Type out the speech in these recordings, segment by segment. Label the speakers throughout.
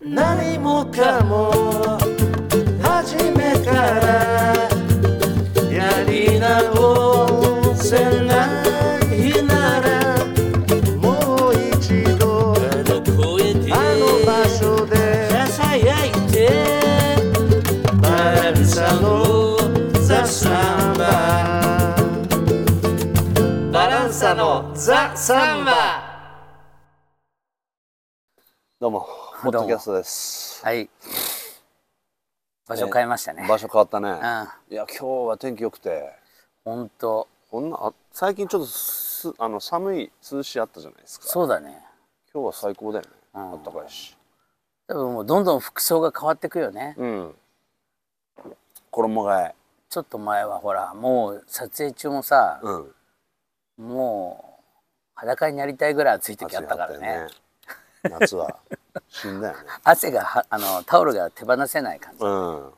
Speaker 1: 何もかも初めからやり直せないならもう一度
Speaker 2: あの声で
Speaker 1: あの場所で
Speaker 2: ささやいて
Speaker 1: バランサのザ・サンバ
Speaker 2: バランサのザ・サンバ
Speaker 3: どうも、ポ
Speaker 4: ど
Speaker 3: ッ
Speaker 4: うも
Speaker 3: ドキャストです。
Speaker 4: はい。場所変えましたね。
Speaker 3: 場所変わったね。
Speaker 4: う
Speaker 3: いや、今日は天気良くて、
Speaker 4: 本当。
Speaker 3: こんな、あ最近ちょっとすあの寒い、涼しいあったじゃないですか。
Speaker 4: そうだね。
Speaker 3: 今日は最高だよね。
Speaker 4: うん
Speaker 3: あったかいし。
Speaker 4: 多分もうどんどん服装が変わってくよね。
Speaker 3: うん。衣替え。
Speaker 4: ちょっと前はほら、もう撮影中もさ、
Speaker 3: うん。
Speaker 4: もう裸になりたいぐらい暑い時あったから
Speaker 3: 暑い
Speaker 4: ね。
Speaker 3: よね。夏は。死んだよね。
Speaker 4: 汗がはあのタオルが手放せない感じ。
Speaker 3: うん。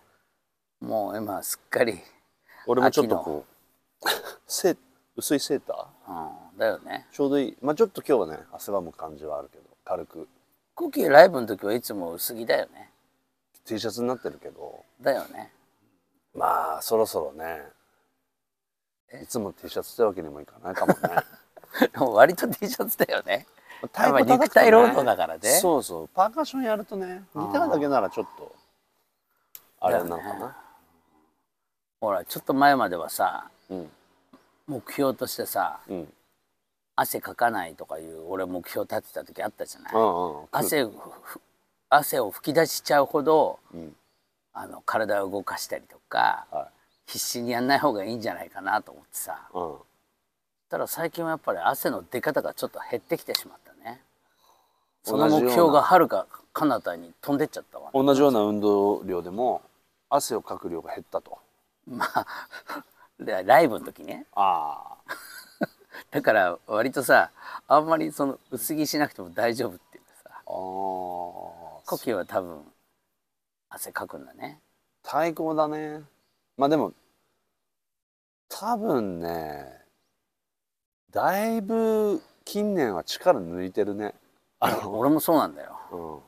Speaker 4: もう今すっかり、
Speaker 3: 俺もちょっとこう、 せ薄いセーター
Speaker 4: うん、だよね。
Speaker 3: ちょうどいい。まあちょっと今日はね、汗ばむ感じはあるけど、軽く。
Speaker 4: コッキーライブの時はいつも薄着だよね。
Speaker 3: T シャツになってるけど。
Speaker 4: だよね。
Speaker 3: まあそろそろねいつも T シャツってわけにもいかないかもね
Speaker 4: でも割と T シャツだよね。
Speaker 3: 太鼓叩くとね
Speaker 4: 肉体労働だからね
Speaker 3: そうそうパーカッションやるとねギターだけならちょっとあれなのかな、
Speaker 4: ほら、ちょっと前まではさ、
Speaker 3: うん
Speaker 4: 目標としてさ、
Speaker 3: うんうん
Speaker 4: 汗かかないとかいう俺目標立てた時あったじゃない、
Speaker 3: うん
Speaker 4: 汗をふ汗を吹き出しちゃうほど
Speaker 3: うん
Speaker 4: あの体を動かしたりとか、
Speaker 3: は
Speaker 4: 必死にやんない方がいいんじゃないかなと思ってさ
Speaker 3: うん
Speaker 4: ただ最近はやっぱり汗の出方がちょっと減ってきてしまったねそ
Speaker 3: 同
Speaker 4: の
Speaker 3: じよう
Speaker 4: 目
Speaker 3: な
Speaker 4: 標がはるか彼方に飛んでっちゃったわ、
Speaker 3: 同じような運動量でも汗をかく量が減ったと
Speaker 4: まあでライブの時ね
Speaker 3: ああ
Speaker 4: だから割とさあんまりその薄着しなくても大丈夫っていうかさ
Speaker 3: あー
Speaker 4: 呼吸は多分汗かくんだね
Speaker 3: 最高だねまあでも多分ねだいぶ近年は力抜いてるねあの、
Speaker 4: 俺もそうなんだよ
Speaker 3: うん、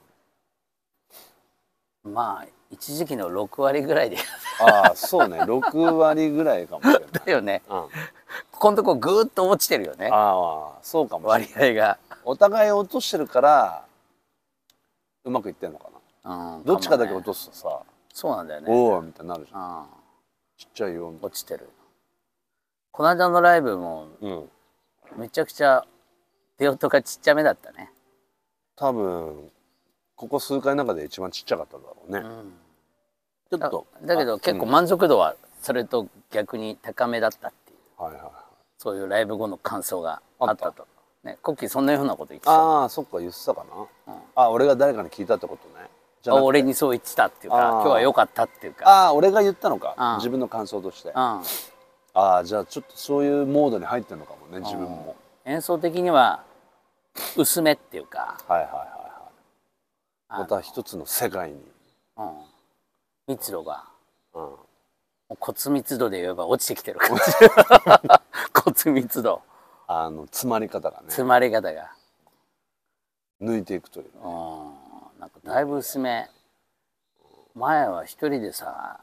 Speaker 4: まあ一時期の6割ぐらいで
Speaker 3: ああそうね6割ぐらいかもしれない、
Speaker 4: だよね
Speaker 3: うん、あ
Speaker 4: ここのとこぐーっと落ちてるよね
Speaker 3: あそうかもしれ
Speaker 4: 割
Speaker 3: ない
Speaker 4: 合が、
Speaker 3: お互い落としてるからうまくいってんのかな
Speaker 4: う ん
Speaker 3: どっちかだけ落
Speaker 4: もね
Speaker 3: とすとさ
Speaker 4: そうなんだよ
Speaker 3: 「
Speaker 4: ね、
Speaker 3: おお」みたいになるじゃん
Speaker 4: うん、
Speaker 3: ちっちゃいよみたい
Speaker 4: 落ちてるこの間のライブも
Speaker 3: なうん
Speaker 4: めちゃくちゃ出音がちっちゃめだったね
Speaker 3: 多分ここ数回の中で一番ちっちゃかったんだろうね、
Speaker 4: ん
Speaker 3: ちょっと
Speaker 4: だだけど
Speaker 3: あ
Speaker 4: 結構
Speaker 3: うん
Speaker 4: 満足度はそれと逆に高めだったっていう
Speaker 3: はいはいはい
Speaker 4: そういうライブ後の感想があ
Speaker 3: あ
Speaker 4: っ
Speaker 3: ったた
Speaker 4: とねコッキーそんなようなこと言ってたあ
Speaker 3: ああそっか言ってたかな、あ俺が誰かに聞いたってことねじゃなくて
Speaker 4: 俺にそう言ってたっていうか
Speaker 3: あー
Speaker 4: 今日は良かったっていうか
Speaker 3: ああ俺が言ったのか、
Speaker 4: うん
Speaker 3: 自分の感想として、あ
Speaker 4: うん
Speaker 3: あじゃあちょっとそういうモードに入ってるのかもね自分も、
Speaker 4: 演奏的には薄めっていうか、
Speaker 3: はいはいはいはいまた一つの世界に、
Speaker 4: うん、密度が
Speaker 3: うん、
Speaker 4: もう骨密度で言えば落ちてきてる感 じ骨密度
Speaker 3: あの詰まり方がね
Speaker 4: 詰まり方が、
Speaker 3: 抜いていくという
Speaker 4: うん、なんかだいぶ薄め前は一人でさ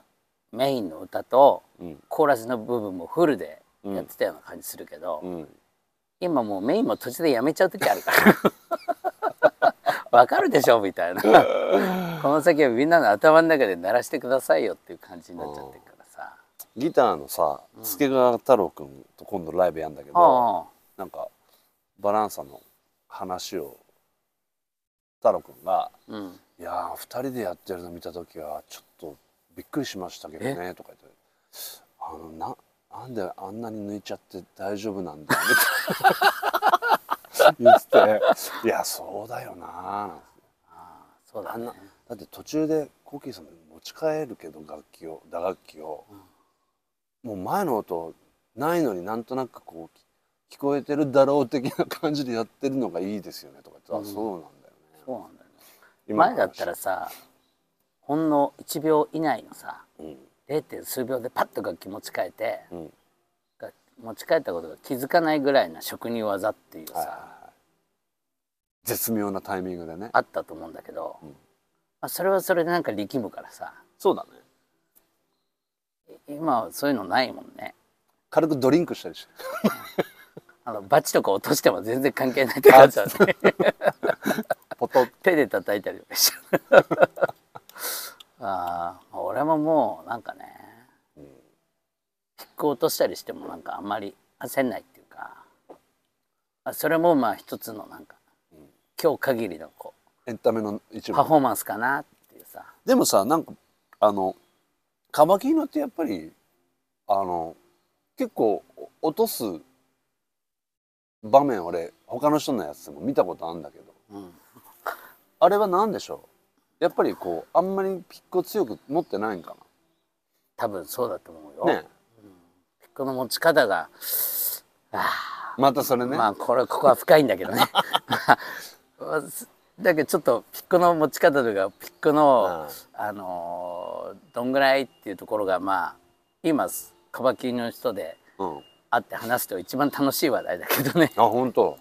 Speaker 4: メインの歌と
Speaker 3: うん
Speaker 4: コーラスの部分もフルでやってたような感じするけど、
Speaker 3: うん
Speaker 4: 今もうメインも途中でやめちゃう時あるから。わかるでしょみたいなこの先はみんなの頭の中で鳴らしてくださいよっていう感じになっちゃってるからさ
Speaker 3: ギターのさ助川太郎くんと今度ライブやんだけど、
Speaker 4: あ
Speaker 3: なんかバランサの話を太郎くんが
Speaker 4: あうん
Speaker 3: いやー2人でやってるの見た時はちょっとびっくりしましたけどねとか言って「あのななんであんなに抜いちゃって大丈夫なんだ」みたいな 言ってて「いやそうだよな」なんて
Speaker 4: そうだ
Speaker 3: あん
Speaker 4: ね
Speaker 3: なだって途中でコッキーさん持ち帰るけど楽器を打楽器を、もう前の音ないのになんとなくこう聞こえてるだろう的な感じでやってるのがいいですよねとか言って、あそうなんだよね
Speaker 4: そうなんだよね
Speaker 3: 今の
Speaker 4: 前だったらさほんの1秒以内のさ
Speaker 3: 話
Speaker 4: 0. 点数秒でパッと楽器持ち替えて、
Speaker 3: うん
Speaker 4: が持ち帰ったことが気づかないぐらいな職人技っていうさ、
Speaker 3: はいはいはい絶妙なタイミングでね
Speaker 4: あったと思うんだけど、あそれはそれでなんか力むからさ
Speaker 3: そうだね
Speaker 4: 今はそういうのないもんね
Speaker 3: 軽くドリンクしたりして
Speaker 4: あのバチとか落としても全然関係 ないって感じだね
Speaker 3: ポトッ
Speaker 4: 手で叩いたりとかして ああ俺ももうなんかね引っこ落としたりしてもなんかあんまり焦んないっていうかあそれもまあ一つのなんか今日限りのこ
Speaker 3: エンタメの一
Speaker 4: う
Speaker 3: 部
Speaker 4: パフォーマンスかなっていうさ
Speaker 3: でもさなんかあのカマキリのってやっぱりあの結構落とす場面俺他の人のやつでも見たことあるんだけど
Speaker 4: うん
Speaker 3: あれは何でしょうやっぱりこうあんまりピックを強く持ってないんか
Speaker 4: 多分そうだと思うよ、
Speaker 3: なね
Speaker 4: ピッコの持ち方が
Speaker 3: またそれね、
Speaker 4: まあこれここは深いんだ けどねまあだけどちょっとピッコの持ち方というかピッコの、あのーどんぐらいっていうところがまあ今カバキリの人で
Speaker 3: うん、あ
Speaker 4: 会って話すと一番楽しい話題だけどね
Speaker 3: 本当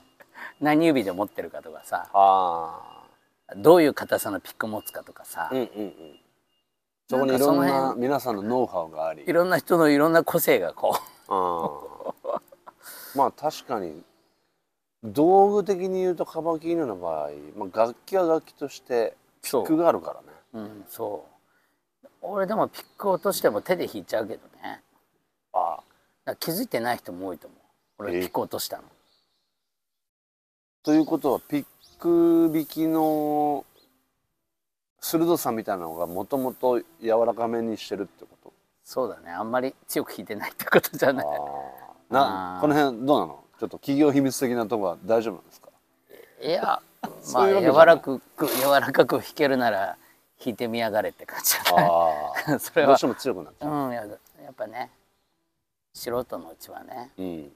Speaker 4: 何指で持ってるかとかさ
Speaker 3: あ
Speaker 4: どういう硬さのピッコ持つかとかさ、
Speaker 3: あうんうんうんそこにいろん
Speaker 4: なんかその
Speaker 3: な
Speaker 4: 辺
Speaker 3: 皆さんのノウハウがあり
Speaker 4: いろんな人のいろんな個性がこ
Speaker 3: あー まあ確かに道具的に言うとカバキリの場合、まあ、楽器は楽器としてピックがあるからね
Speaker 4: う、うん、そう俺でもピッコ落としても手で引いちゃうけどね
Speaker 3: あ
Speaker 4: だから気づいてない人も多いと思う
Speaker 3: え
Speaker 4: 俺ピッコ落としたの。
Speaker 3: ということはピック引きの鋭さみたいなのがもともと柔らかめにしてるってこ
Speaker 4: そうだねあんまり強く弾いてないってことじゃな
Speaker 3: と
Speaker 4: い
Speaker 3: あーな
Speaker 4: あー
Speaker 3: この辺どうなのちょっと企業秘密的なとこは大丈夫なんですか
Speaker 4: い やま
Speaker 3: そう
Speaker 4: あ
Speaker 3: いうわけじゃ
Speaker 4: 柔
Speaker 3: ない
Speaker 4: らかく柔らかく弾けるなら弾いてみやがれって感じじゃない
Speaker 3: ああ
Speaker 4: それは
Speaker 3: どうしても強くなっちゃう、
Speaker 4: うんいややっぱね素人のうちはね
Speaker 3: うん、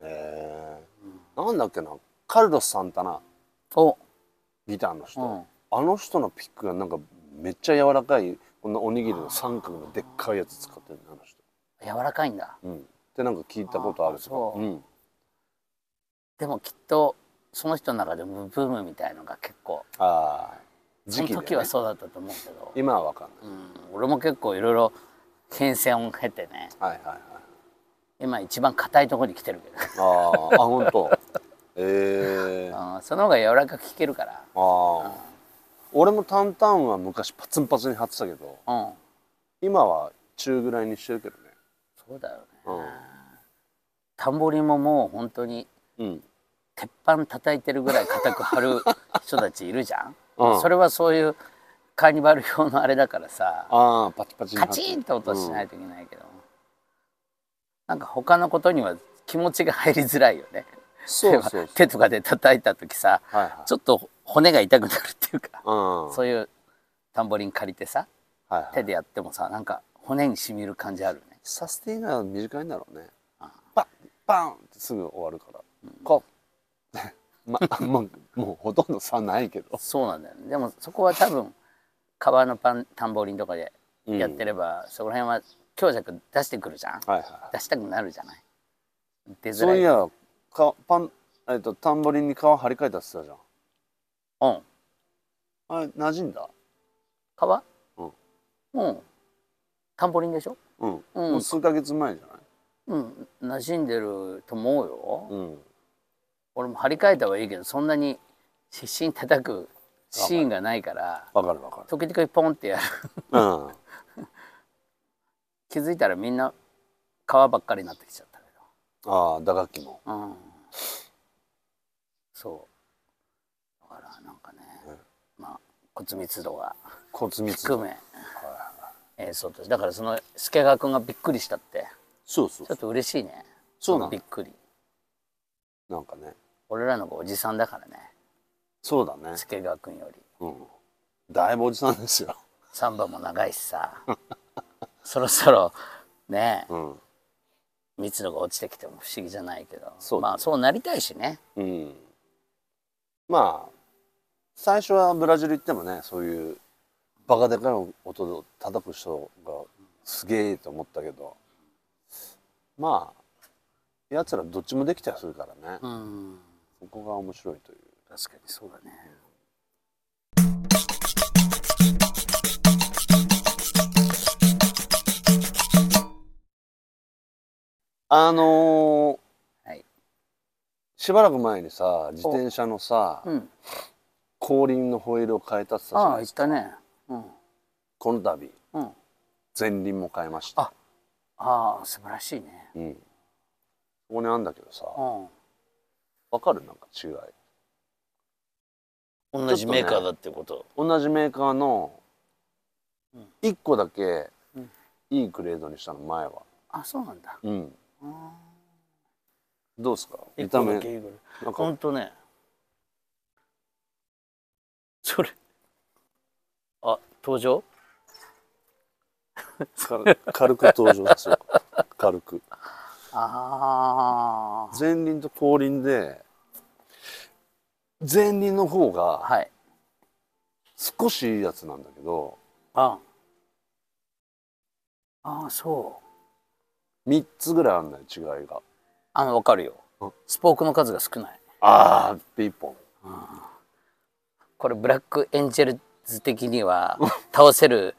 Speaker 3: えーなんだっけなカルロス・サンタナ
Speaker 4: お
Speaker 3: ギターの人、
Speaker 4: うん
Speaker 3: あの人のピックがなんかめっちゃ柔らかいこんなおにぎりの三角のでっかいやつ使ってるのあの人、
Speaker 4: 柔らかいんだ
Speaker 3: うん、ってなんか聞いたことある
Speaker 4: あそう
Speaker 3: うん、
Speaker 4: でもきっとその人の中でもブームみたいのが結構
Speaker 3: ああ
Speaker 4: そ
Speaker 3: 時
Speaker 4: の
Speaker 3: 期で、ね、
Speaker 4: 時はそうだったと思うけど、
Speaker 3: 今はわかん
Speaker 4: うん、俺も結構いろいろ変遷を経てね
Speaker 3: ないはいはいはい
Speaker 4: 今一番硬いところに来てるけど、
Speaker 3: あーあ本当ええ ー、あ
Speaker 4: うん、その方が柔らかく弾けるから
Speaker 3: あ俺もタンタンは昔パツンパツンに張ってたけど
Speaker 4: うん
Speaker 3: 今は中ぐらいにしてるけどね
Speaker 4: そうだよね、
Speaker 3: うん
Speaker 4: タンボリンももう本当に
Speaker 3: うん
Speaker 4: 鉄板叩いてるぐらい硬く張る人たちいるじゃん、
Speaker 3: うん
Speaker 4: それはそういうカーニバル用のあれだからさ
Speaker 3: ああパチパチに張
Speaker 4: カ
Speaker 3: って
Speaker 4: チンと音しないといけないけど、なんか他のことには気持ちが入りづらいよね
Speaker 3: そうそうそう
Speaker 4: 手とかで叩いた時さ
Speaker 3: はいはい
Speaker 4: ちょっと骨が痛くなるっていうか、
Speaker 3: うん
Speaker 4: そういうタンボリン借りてさ
Speaker 3: はいはい
Speaker 4: 手でやってもさなんか骨にしみる感じあるね
Speaker 3: サスティンが短いんだろうね
Speaker 4: あ
Speaker 3: パンパンってすぐ終わるから、こう ま、ま、もうほとんど差ないけど
Speaker 4: そうなんだよねでもそこは多分革のパンタンボリンとかでやってれば、そこら辺は強弱出してくるじゃん
Speaker 3: はいは
Speaker 4: 出したくなるじゃない出
Speaker 3: い
Speaker 4: づ
Speaker 3: そ
Speaker 4: ら
Speaker 3: う
Speaker 4: い
Speaker 3: いやかパン、えっとタンボリンに皮張り替えたって言ってたじゃん
Speaker 4: うん
Speaker 3: あれ馴染んだ
Speaker 4: 革
Speaker 3: うん
Speaker 4: うんタンボリンでしょ
Speaker 3: うん、
Speaker 4: うん
Speaker 3: もう数ヶ月前じゃない
Speaker 4: うん馴染んでると思うよ、
Speaker 3: うん
Speaker 4: 俺も張り替えたはいいけどそんなに必死に叩くシーンがないから
Speaker 3: わかるわかる
Speaker 4: 時々ポンってやる
Speaker 3: うん
Speaker 4: 気づいたらみんな革ばっかりになってきちゃったけ
Speaker 3: ああ打楽器も
Speaker 4: どうんそうだからなんかね、まあ骨密度が
Speaker 3: 骨密
Speaker 4: 低め演奏としてだからその助川君がびっくりしたって
Speaker 3: そうそう
Speaker 4: ちょっと嬉しいね
Speaker 3: そうな
Speaker 4: び
Speaker 3: の
Speaker 4: っくり
Speaker 3: なんかね
Speaker 4: 俺らの子おじさんだからね
Speaker 3: そうだね
Speaker 4: 助川君より
Speaker 3: うんだいぶおじさんですよ
Speaker 4: サンバも長いしさ そろそろね
Speaker 3: うん
Speaker 4: 密度が落ちてきても不思議じゃないけど
Speaker 3: そうだね
Speaker 4: まあそうなりたいしね
Speaker 3: うん、まあ最初はブラジル行ってもねそういうバカでかい音で叩く人がすげえと思ったけどまあやつらどっちもできたりするからね、
Speaker 4: うん
Speaker 3: そこが面白いという
Speaker 4: 確かにそうだね
Speaker 3: あのー
Speaker 4: はい
Speaker 3: しばらく前にさ自転車のさ
Speaker 4: うん。
Speaker 3: 後輪のホイールを変えたってさ
Speaker 4: ああ、言ったね。うん。
Speaker 3: この度
Speaker 4: うん。
Speaker 3: 前輪も変えました
Speaker 4: あああ、素晴らしいね。
Speaker 3: うんここにあんだけどさ
Speaker 4: うん。
Speaker 3: わかるなんか違い
Speaker 2: 同じメーカーだってこと
Speaker 3: 同じメーカーの
Speaker 4: うん
Speaker 3: 1個だけ
Speaker 4: うん
Speaker 3: いいグレードにしたの前は
Speaker 4: あ、そうなんだ。
Speaker 3: うん
Speaker 4: うん。
Speaker 3: どうですか見
Speaker 2: 一
Speaker 3: た
Speaker 2: 個
Speaker 3: 目
Speaker 2: だけいいぐらい
Speaker 3: なん
Speaker 2: ほ
Speaker 3: か
Speaker 2: んとねそれあ登場
Speaker 3: 軽軽く登場する軽く
Speaker 4: ああ。
Speaker 3: 前輪と後輪で前輪の方が
Speaker 4: はい。
Speaker 3: 少しいいやつなんだけど
Speaker 4: ああ。ああ、そう。
Speaker 3: 3つぐらいあんだよ違いが
Speaker 4: あの、わかるよ
Speaker 3: うん。
Speaker 4: スポークの数が少ない。
Speaker 3: ああピーポン
Speaker 4: これブラックエンジェルズ的には倒せる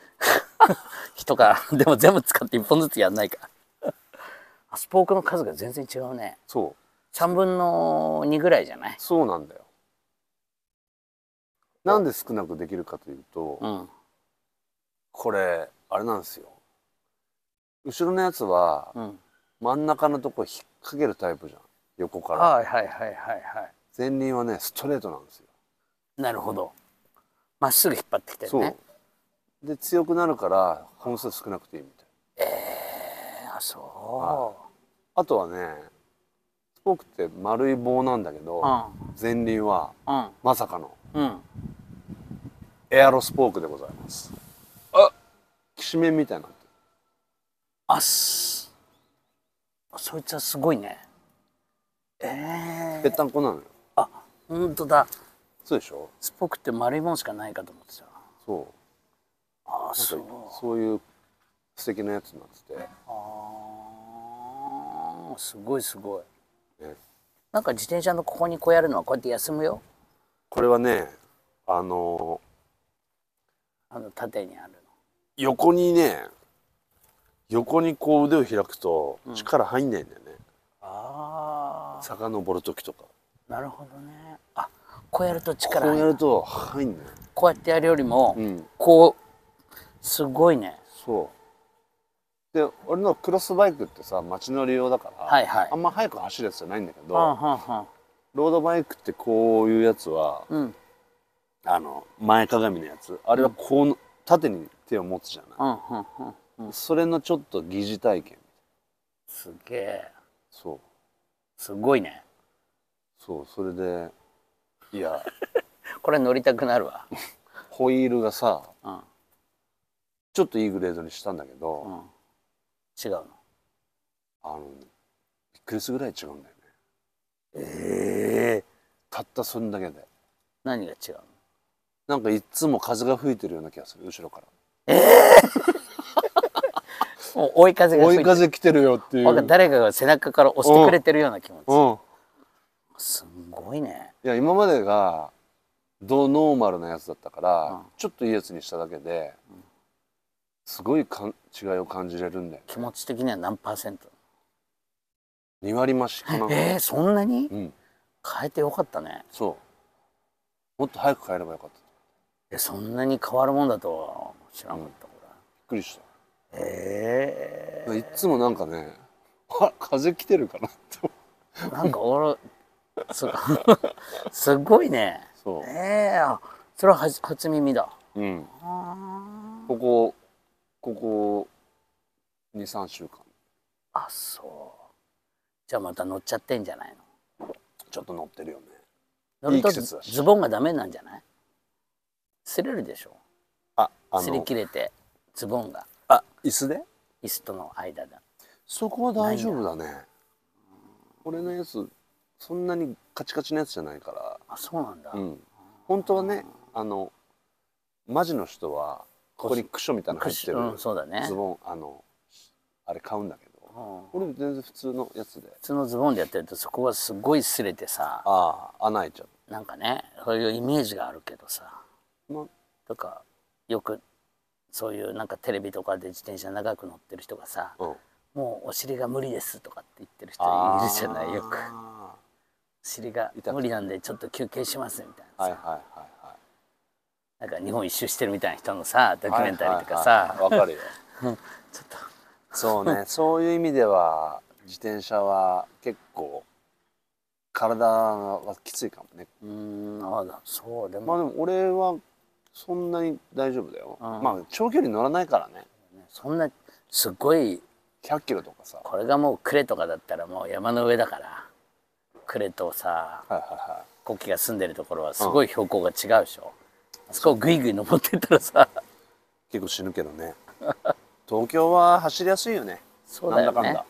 Speaker 4: 人かでも全部使って一本ずつやんないかあスポークの数が全然違うね
Speaker 3: そう
Speaker 4: 3分の2ぐらいじゃない
Speaker 3: そうなんだよなんで少なくできるかというと
Speaker 4: うん
Speaker 3: これあれなんですよ後ろのやつは
Speaker 4: うん
Speaker 3: 真ん中のとこ引っ掛けるタイプじゃん横から
Speaker 4: はいはいはいはいは
Speaker 3: 前輪はねストレートなんですよ
Speaker 4: いなるほどまっすぐ引っ張ってきてる
Speaker 3: そ
Speaker 4: ね
Speaker 3: うで強くなるから本数少なくていいみたい
Speaker 4: あそ
Speaker 3: あとはねスポークって丸い棒なんだけど、
Speaker 4: う
Speaker 3: 前輪は
Speaker 4: うんうん
Speaker 3: まさかの
Speaker 4: うん
Speaker 3: エアロスポークでございます
Speaker 4: あ
Speaker 3: きしめんみたいになってる
Speaker 4: あっすそいつはすごいねええ
Speaker 3: ぺったんこなのよ
Speaker 4: あ本当だ
Speaker 3: そうでしょ
Speaker 4: スポークって丸いもんしかないかと思ってた
Speaker 3: そう
Speaker 4: ああ
Speaker 3: そ
Speaker 4: そう
Speaker 3: うそういう素敵なやつになってて
Speaker 4: あーすごいすごい
Speaker 3: ね
Speaker 4: なんか自転車のここにこうやるのはこうやって休むよ
Speaker 3: これはねあの
Speaker 4: あの縦にある
Speaker 3: ー横にね横にこう腕を開くと
Speaker 4: うん
Speaker 3: 力入んないんだよね、
Speaker 4: のあ
Speaker 3: 坂登る時とか
Speaker 4: あなるほどねあこうやると力
Speaker 3: こ
Speaker 4: 入
Speaker 3: う
Speaker 4: る
Speaker 3: やると入んない
Speaker 4: こうやってやるよりも、
Speaker 3: うん
Speaker 4: こうすごいね
Speaker 3: そうで俺のクロスバイクってさ街乗り用だから、
Speaker 4: はいはい
Speaker 3: あんま速く走るやつじゃないんだけど、
Speaker 4: はんはんはん
Speaker 3: ロードバイクってこういうやつは
Speaker 4: うん
Speaker 3: あの前かがみのやつあれはこうの、縦に手を持つじゃない、
Speaker 4: うんうんうんうん
Speaker 3: それのちょっと疑似体験
Speaker 4: すげえ
Speaker 3: そう
Speaker 4: すごいね
Speaker 3: そうそれでいや
Speaker 4: これ乗りたくなるわ
Speaker 3: ホイールがさ
Speaker 4: うん
Speaker 3: ちょっといいグレードにしたんだけど、
Speaker 4: うん違うの
Speaker 3: あのびっくりするぐらい違うんだよね
Speaker 4: ええ
Speaker 3: たったそんだけで
Speaker 4: 何が違うの
Speaker 3: なんかいっつも風が吹いてるような気がする後ろから
Speaker 4: もう追い風が吹
Speaker 3: 追
Speaker 4: いて
Speaker 3: い
Speaker 4: る
Speaker 3: 風来てるよっていう
Speaker 4: なんか誰かが背中から押してくれてるような気持ち、
Speaker 3: うん
Speaker 4: すごいね
Speaker 3: いや今までがドノーマルなやつだったから、
Speaker 4: うん
Speaker 3: ちょっといいやつにしただけで、すごいかん違いを感じれるんだよ
Speaker 4: 気持ち的には何パーセント
Speaker 3: 2割増しかな
Speaker 4: えー、そんなに
Speaker 3: うん
Speaker 4: 変えてよかったね
Speaker 3: そうもっと早く帰ればよかったびっ
Speaker 4: えそんなに変わるもんだとは知らなかったこ
Speaker 3: くりした
Speaker 4: れ、え
Speaker 3: いっつもなんかね、あ風来てるかなって思
Speaker 4: ー、なんか俺す すごいね
Speaker 3: う。そ
Speaker 4: えー、あそれは初初耳だ
Speaker 3: う。うん。
Speaker 4: あ
Speaker 3: ここ、ここ、2、3週間。
Speaker 4: あそうじゃあまた乗っちゃってんじゃない
Speaker 3: ちょっと乗ってるよね。
Speaker 4: の乗ると
Speaker 3: いい季節だし
Speaker 4: ズボンがダメなんじゃない擦れるでしょ
Speaker 3: あ、あ
Speaker 4: 擦り
Speaker 3: の、
Speaker 4: 切れてズボンが
Speaker 3: あ、椅子で
Speaker 4: 椅子との間だ
Speaker 3: そこは大丈夫だね。俺のやつ、そんなにカチカチのやつじゃないか
Speaker 4: あそうなんだ、
Speaker 3: ら。うん。本当はね、あの、マジの人は、ここにクショみたいなの
Speaker 4: クッ
Speaker 3: 入って
Speaker 4: ションうん、
Speaker 3: る
Speaker 4: そうだね
Speaker 3: ズボン、あの、あれ買うんだけど。
Speaker 4: うん
Speaker 3: 俺全然普通のやつで。
Speaker 4: 普通のズボンでやってるとそこはすごい擦れてさ
Speaker 3: ああ、穴開いちゃう。
Speaker 4: なんかねそういうイメージがあるけどさ
Speaker 3: ま
Speaker 4: とかよくそういうなんかテレビとかで自転車長く乗ってる人がさ
Speaker 3: うん。
Speaker 4: もうお尻が無理ですとかって言ってる人いるじゃないよくお
Speaker 3: は
Speaker 4: 尻が無理なんでちょっと休憩しますみたい
Speaker 3: いはい
Speaker 4: な
Speaker 3: はい
Speaker 4: さ
Speaker 3: は
Speaker 4: なんか日本一周してるみたいな人のさ
Speaker 3: い
Speaker 4: ドキュメンタリーとか
Speaker 3: はいはいはい
Speaker 4: さ
Speaker 3: わかるよ
Speaker 4: ちょっと
Speaker 3: そうねそういう意味では自転車は結構体はきついかもね
Speaker 4: うーんあだそうで
Speaker 3: まあ
Speaker 4: も
Speaker 3: でも俺はそんなに大丈夫だよ、
Speaker 4: うん
Speaker 3: まあ長距離乗らないからね
Speaker 4: そんなすごい
Speaker 3: 100キロとかさ
Speaker 4: これがもう呉とかだったらもう山の上だから呉とさ
Speaker 3: はいはいはい
Speaker 4: コキが住んでるところはすごい標高が違うでしょ、あそこをグイグイ登ってったらさ
Speaker 3: 結構死ぬけどね東京は走りやすいよね
Speaker 4: そうだ
Speaker 3: な
Speaker 4: よ
Speaker 3: んだかん
Speaker 4: ね
Speaker 3: だ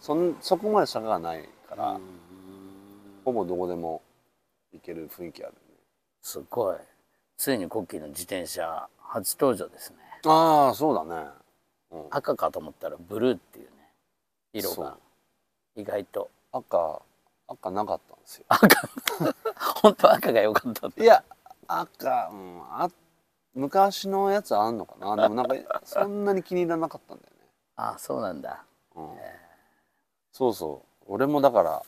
Speaker 3: そんそこまで坂がないから、ほぼどこでも行ける雰囲気あるね
Speaker 4: すごいついにコッキーの自転車初登場ですね
Speaker 3: ああそうだね
Speaker 4: 赤かと思ったらブルーっていうね色
Speaker 3: そ
Speaker 4: が
Speaker 3: う
Speaker 4: 意外と
Speaker 3: 赤赤なかったんですよ
Speaker 4: 本当は赤が良かったんだ
Speaker 3: いや赤うんあ昔のやつあんのかなでもなんかそんなに気に入らなかったんだよね
Speaker 4: ああそうなんだ
Speaker 3: うんそうそう俺もだから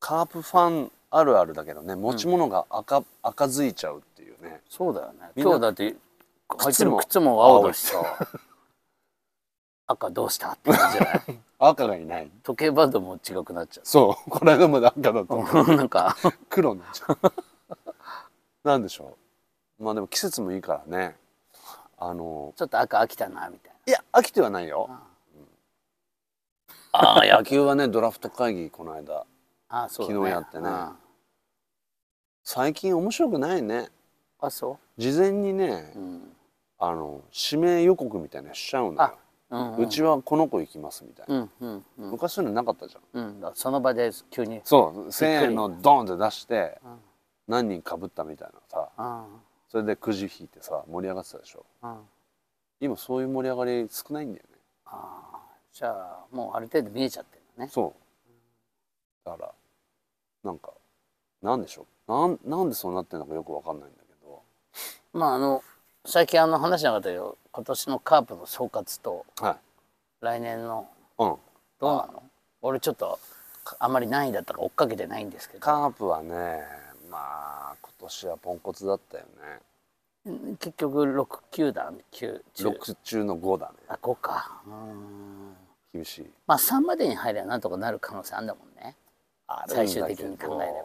Speaker 3: カープファンあるあるだけどね持ち物が赤,、赤づいちゃうっていうね
Speaker 4: そうだよね
Speaker 3: みんな
Speaker 4: 今日だって
Speaker 3: 靴
Speaker 4: 靴
Speaker 3: も
Speaker 4: も靴も青だし さ赤どうしたって感じじゃない
Speaker 3: 赤がいない
Speaker 4: 時計バンドも違くなっちゃ
Speaker 3: そう この間まで赤だったの
Speaker 4: う なんか
Speaker 3: 黒になっちゃうなんでしょうまあでも季節もいいからねあの
Speaker 4: ちょっと赤飽きたなみたい
Speaker 3: いや飽きてはないよ
Speaker 4: な
Speaker 3: ああ野球はねドラフト会議この間
Speaker 4: ああそうだね
Speaker 3: 昨日やってね
Speaker 4: うん
Speaker 3: 最近面白くないね
Speaker 4: あそ
Speaker 3: 事前にね
Speaker 4: う、うん
Speaker 3: あの指名予告みたいなのしちゃうんだよ、
Speaker 4: うん
Speaker 3: うちはこの子行きますみたいな、
Speaker 4: うんうんうん
Speaker 3: 昔そういうのなかったじゃん
Speaker 4: うんだからその場で急に
Speaker 3: そう1,000円のドンって出して
Speaker 4: うん
Speaker 3: 何人かぶったみたいなさ
Speaker 4: あ
Speaker 3: それでくじ引いてさ盛り上がってたでしょ
Speaker 4: あうん
Speaker 3: 今そういう盛り上がり少ないんだよね
Speaker 4: ああじゃあもうある程度見えちゃってるのね
Speaker 3: そうだからなんかなんでしょうなんなんでそうなってんのかよくわかんないんだけど
Speaker 4: まああの最近あの話しなかったけど今年のカープの総括と
Speaker 3: はい
Speaker 4: 来年の
Speaker 3: うん
Speaker 4: どうなの俺ちょっとかあまり何位だったか追っかけてないんですけど
Speaker 3: カープはねまあ今年はポンコツだったよね
Speaker 4: うん結局6球団9中
Speaker 3: 6中の5だね
Speaker 4: あ5かうーん
Speaker 3: 厳しい
Speaker 4: まあ3までに入ればなんとかなる可能性あんだもんね
Speaker 3: あるんだ
Speaker 4: 最
Speaker 3: けど
Speaker 4: 終的に考えれば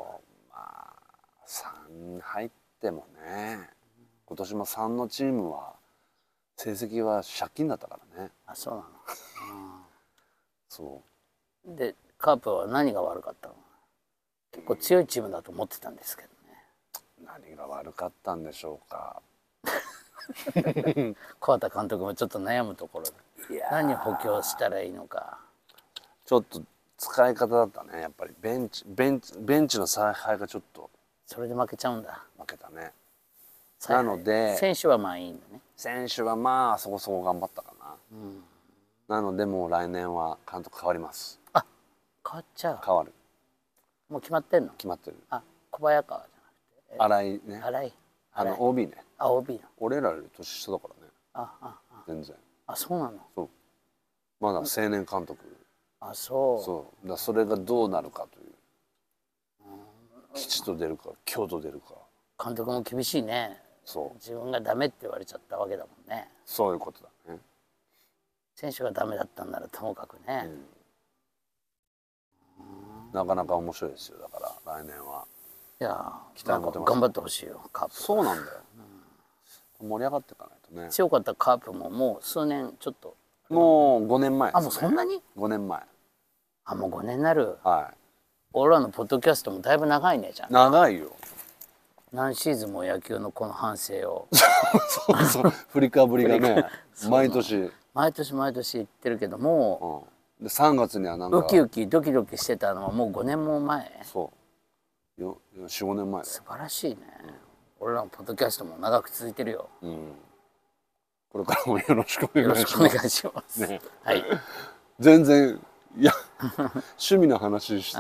Speaker 3: まあ3入ってもね今年も3のチームは成績は借金だったからね
Speaker 4: あそうなの
Speaker 3: そう
Speaker 4: でカープは何が悪かったの結構強いチームだと思ってたんですけどね
Speaker 3: 何が悪かったんでしょうか
Speaker 4: 桑田監督もちょっと悩むところで何を補強したらいいのか
Speaker 3: ちょっと使い方だったねやっぱりベンチベンチベンチの采配がちょっと
Speaker 4: それで負けちゃうんだ
Speaker 3: 負けたね
Speaker 4: 采
Speaker 3: な
Speaker 4: 配
Speaker 3: ので
Speaker 4: 選手はまあいいんだね
Speaker 3: 選手はまあそこそこ頑張ったかな、なのでもう来年は監督変わります
Speaker 4: 変わっちゃ
Speaker 3: 変わる
Speaker 4: うもう決まってんの
Speaker 3: 決まってる
Speaker 4: あ小早川じ
Speaker 3: 新井
Speaker 4: ゃ
Speaker 3: ね
Speaker 4: なくて荒井
Speaker 3: あの OB ね
Speaker 4: あ OB の
Speaker 3: 俺らより年下だからね
Speaker 4: あああ
Speaker 3: 全然
Speaker 4: あそうなの
Speaker 3: そうまだ青年監督
Speaker 4: あそう
Speaker 3: そうだからそれがどうなるかという吉と出るか京と出るか
Speaker 4: 監督も厳しいね
Speaker 3: そう
Speaker 4: 自分がダメって言われちゃったわけだもんね
Speaker 3: そういうことだね
Speaker 4: 選手がダメだったんならともかくね、
Speaker 3: なかなか面白いですよだから来年はい
Speaker 4: や
Speaker 3: 期
Speaker 4: ー
Speaker 3: 待
Speaker 4: なん
Speaker 3: 持
Speaker 4: か
Speaker 3: てます
Speaker 4: 頑張ってほしいよカープ
Speaker 3: そうなんだよ、盛り上がっていかないとね
Speaker 4: 強かったカープももう数年ちょっと
Speaker 3: もう5年前です、ね、
Speaker 4: あもうそんなに
Speaker 3: 5年前
Speaker 4: あもう5年になる
Speaker 3: は
Speaker 4: 俺らのポッドキャストもだいぶ長いねじゃん
Speaker 3: い長いよ
Speaker 4: 何シーズンも野球のこの反省を
Speaker 3: そうそう振りかぶりがね毎年、うん、で
Speaker 4: 毎年毎年言ってるけども
Speaker 3: 3月にはなん
Speaker 4: う
Speaker 3: か
Speaker 4: ウキウキドキドキしてたのはもう5年も前
Speaker 3: そうよよ45年前だよ
Speaker 4: 素晴らしいね俺らのポッドキャストも長く続いてるよ
Speaker 3: これからもよろしくお願
Speaker 4: よろ
Speaker 3: い
Speaker 4: し
Speaker 3: し
Speaker 4: くお
Speaker 3: ま
Speaker 4: 願
Speaker 3: す
Speaker 4: いします、はい
Speaker 3: 全然いや趣味の話して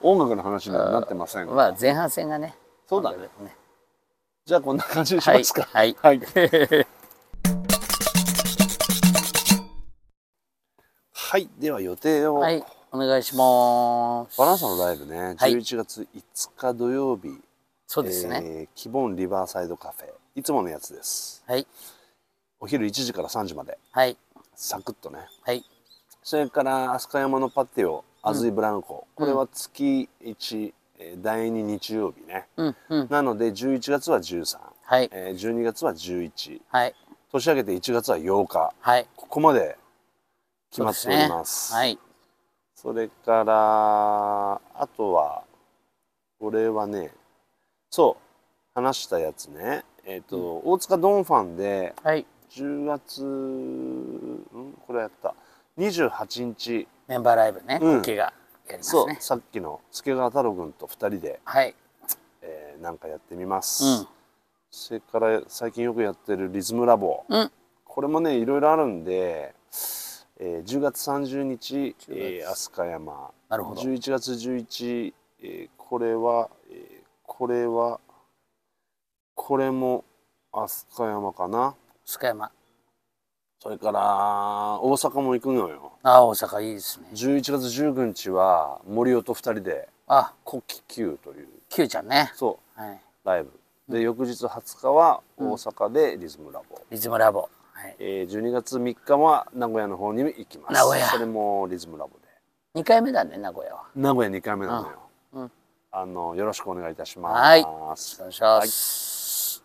Speaker 3: 音楽の話にはなってませんが、
Speaker 4: まあ前半戦がね
Speaker 3: そうだねじゃあこんな感じにし
Speaker 4: は
Speaker 3: ま
Speaker 4: い
Speaker 3: すか
Speaker 4: はい
Speaker 3: はいはいでは予定を、
Speaker 4: はい、お願いします。
Speaker 3: バランサのライブね
Speaker 4: はい
Speaker 3: 11月5日土曜日、
Speaker 4: そうですね。
Speaker 3: えーキボンリバーサイドカフェいつものやつです
Speaker 4: はい、
Speaker 3: お昼1時から3時まで
Speaker 4: はい、
Speaker 3: サクッとね
Speaker 4: はい、
Speaker 3: それから飛鳥山のパテオアズイブランコ、これは月1、えー第2日曜日ね、
Speaker 4: うん、うん、
Speaker 3: なので11月は13、
Speaker 4: はい、
Speaker 3: えー、12月は11
Speaker 4: はい、
Speaker 3: 年明けて1月は8日
Speaker 4: はい、
Speaker 3: ここまで決
Speaker 4: そう
Speaker 3: ま
Speaker 4: で
Speaker 3: っております
Speaker 4: ね、はい、
Speaker 3: それからあとはこれはねそう話したやつねえっ、と、大塚ドンファンで
Speaker 4: はい、
Speaker 3: 10月んこれやった28日
Speaker 4: メンバーライブね、
Speaker 3: うん
Speaker 4: オッケーがやります
Speaker 3: そう
Speaker 4: ね。
Speaker 3: さっきの助川太郎君と2人で、
Speaker 4: はい、
Speaker 3: えーなんかやってみます、
Speaker 4: うん
Speaker 3: それから最近よくやってるリズムラボ、
Speaker 4: うん
Speaker 3: これもねいろいろあるんで、えー10月30日
Speaker 4: 10月
Speaker 3: えー飛鳥山
Speaker 4: なるほど
Speaker 3: 11月11、えーこれは、えーこれはこれも飛鳥山かな
Speaker 4: 須賀山、
Speaker 3: それから大阪も行くのよ
Speaker 4: あー、大阪いいですね。
Speaker 3: 11月19日は森尾と2人で
Speaker 4: あ、
Speaker 3: 「古希球」という
Speaker 4: キューちゃんね。
Speaker 3: そう
Speaker 4: はい、
Speaker 3: ライブで翌日20日は大阪でリズムラボ、
Speaker 4: リズムラボ。はい、
Speaker 3: えー12月3日は名古屋の方に行きます
Speaker 4: 名古屋
Speaker 3: それもリズムラボで
Speaker 4: 二回目だね、名古屋は。
Speaker 3: 名古屋2回目なのよ
Speaker 4: うんうん
Speaker 3: あのよろしくお願いいたします
Speaker 4: はいお願いします。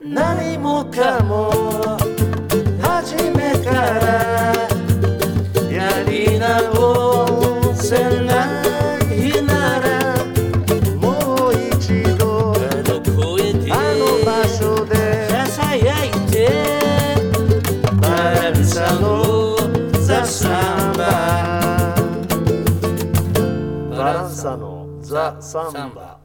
Speaker 1: 何もかも初めからやり直せないならもう一度あの場所でささやいてバラン
Speaker 4: é
Speaker 1: サのザ・サンババランサのザ・サンバ